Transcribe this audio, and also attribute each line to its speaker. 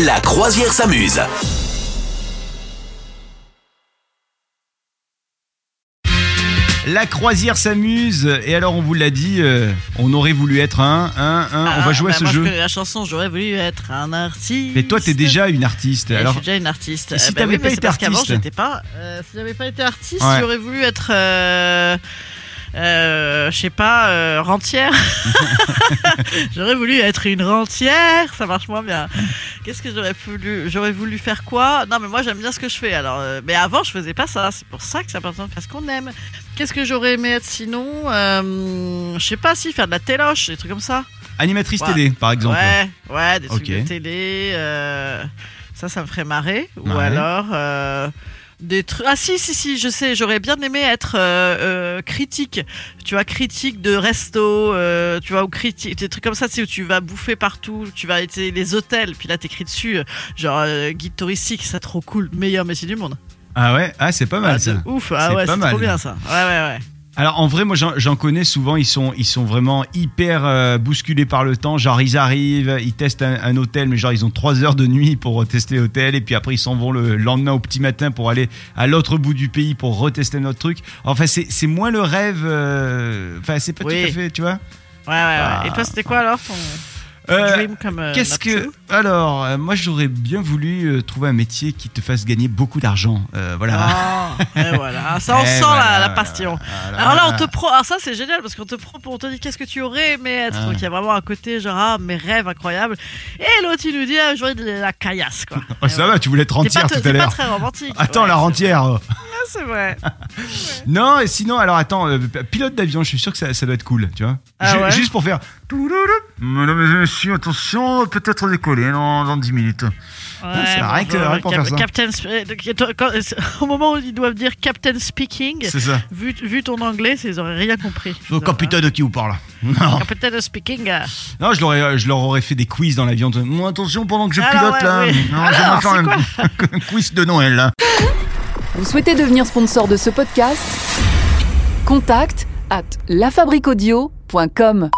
Speaker 1: La croisière s'amuse.
Speaker 2: La croisière s'amuse. Et alors, on vous l'a dit, euh, on aurait voulu être un, un, un. on
Speaker 3: Ah,
Speaker 2: va jouer
Speaker 3: bah
Speaker 2: à ce
Speaker 3: moi, je
Speaker 2: jeu.
Speaker 3: connais la chanson, j'aurais voulu être un artiste.
Speaker 2: Mais toi, t'es déjà une artiste.
Speaker 3: Ouais,
Speaker 2: alors,
Speaker 3: je suis déjà une artiste.
Speaker 2: Et si
Speaker 3: Eh ben
Speaker 2: t'avais
Speaker 3: oui,
Speaker 2: pas été
Speaker 3: mais c'est parce qu'avant,
Speaker 2: artiste
Speaker 3: j'étais pas. euh, si j'avais pas été artiste,
Speaker 2: Ouais.
Speaker 3: j'aurais voulu être. euh, euh, je sais pas, euh, rentière. j'aurais voulu être une rentière, ça marche moins bien. Qu'est-ce que j'aurais voulu J'aurais voulu faire quoi Non, mais moi j'aime bien ce que je fais. Alors, euh, mais avant, je faisais pas ça. C'est pour ça que c'est important de faire ce qu'on aime. Qu'est-ce que j'aurais aimé être sinon Euh, Je sais pas si faire de la téloche, des trucs comme ça.
Speaker 2: animatrice
Speaker 3: Ouais.
Speaker 2: télé, par exemple.
Speaker 3: Ouais, ouais, des trucs
Speaker 2: Ok.
Speaker 3: de télé. euh, ça, ça me ferait marrer. Ou
Speaker 2: Ouais.
Speaker 3: alors. euh, des trucs. Ah, si, si, si, je sais, j'aurais bien aimé être euh, euh, critique. Tu vois, critique de resto, euh, tu vois, ou critique. Des trucs comme ça, tu sais, où tu vas bouffer partout, tu vas être les hôtels, puis là, t'écris dessus, euh, genre euh, guide touristique, ça trop cool, meilleur métier du monde.
Speaker 2: Ah ouais, ah, c'est pas mal
Speaker 3: Ah, de
Speaker 2: ça.
Speaker 3: Ouf,
Speaker 2: C'est
Speaker 3: ah ouais,
Speaker 2: pas
Speaker 3: c'est
Speaker 2: mal.
Speaker 3: trop bien ça. Ouais, ouais, ouais.
Speaker 2: Alors en vrai, moi j'en- j'en connais souvent, ils sont, ils sont vraiment hyper euh, bousculés par le temps. Genre ils arrivent, ils testent un, un hôtel, mais genre ils ont 3 heures de nuit pour tester l'hôtel, et puis après ils s'en vont le lendemain au petit matin pour aller à l'autre bout du pays pour retester notre truc. Enfin c'est c'est moins le rêve, euh, enfin c'est pas
Speaker 3: Oui.
Speaker 2: tout à fait, tu vois.
Speaker 3: Ouais, ouais, ouais.
Speaker 2: Ah.
Speaker 3: Et toi, c'était quoi alors ton
Speaker 2: Euh,
Speaker 3: dream comme. euh,
Speaker 2: Qu'est-ce
Speaker 3: Napster
Speaker 2: que alors euh, moi j'aurais bien voulu euh, trouver un métier qui te fasse gagner beaucoup d'argent euh, voilà
Speaker 3: Ah, et voilà. Ça, on
Speaker 2: Eh,
Speaker 3: sent
Speaker 2: voilà, Ah.
Speaker 3: la,
Speaker 2: voilà,
Speaker 3: la passion.
Speaker 2: voilà.
Speaker 3: Alors là, on te pro. Alors ça, c'est génial parce qu'on te prend pour on te dit qu'est-ce que tu aurais aimé être.
Speaker 2: Ah.
Speaker 3: Donc il y a vraiment un côté genre ah mes rêves incroyables. Et l'autre il nous dit ah, j'aurais de la caillasse quoi.
Speaker 2: Oh, ça va tu voulais être
Speaker 3: T'es pas,
Speaker 2: rentière
Speaker 3: t'es
Speaker 2: tout à
Speaker 3: pas
Speaker 2: l'heure
Speaker 3: très romantique.
Speaker 2: attends
Speaker 3: Ouais,
Speaker 2: la
Speaker 3: c'est-
Speaker 2: rentière euh.
Speaker 3: C'est vrai.
Speaker 2: Non, et sinon, alors attends, euh, pilote d'avion, je suis sûr que ça, ça doit être cool, tu vois.
Speaker 3: Ah
Speaker 2: Ju-
Speaker 3: ouais
Speaker 2: Juste pour faire. Mesdames et messieurs, attention, peut-être décoller dans, 10 minutes.
Speaker 3: Ouais,
Speaker 2: c'est rien que-
Speaker 3: bonjour,
Speaker 2: rien que pour
Speaker 3: Cap-
Speaker 2: faire ça.
Speaker 3: Captain. Sp- euh, donc, et toi, quand- Au moment où ils doivent dire Captain Speaking,
Speaker 2: C'est Oh, ça.
Speaker 3: vu, vu ton anglais, c'est- ils auraient rien compris.
Speaker 2: Le capitaine
Speaker 3: hein.
Speaker 2: de qui vous parle Non,
Speaker 3: Captain Speaking. euh,
Speaker 2: non je, leur ai- je leur aurais fait des quiz dans l'avion. de- Bon, attention, pendant que je
Speaker 3: Alors,
Speaker 2: pilote
Speaker 3: Ah, ouais,
Speaker 2: là,
Speaker 3: oui.
Speaker 2: non,
Speaker 3: Alors,
Speaker 2: j'aimerais faire
Speaker 3: c'est
Speaker 2: un-
Speaker 3: quoi
Speaker 2: un quiz de Noël là.
Speaker 4: Vous souhaitez devenir sponsor de ce podcast Contact à lafabriquaudio.com.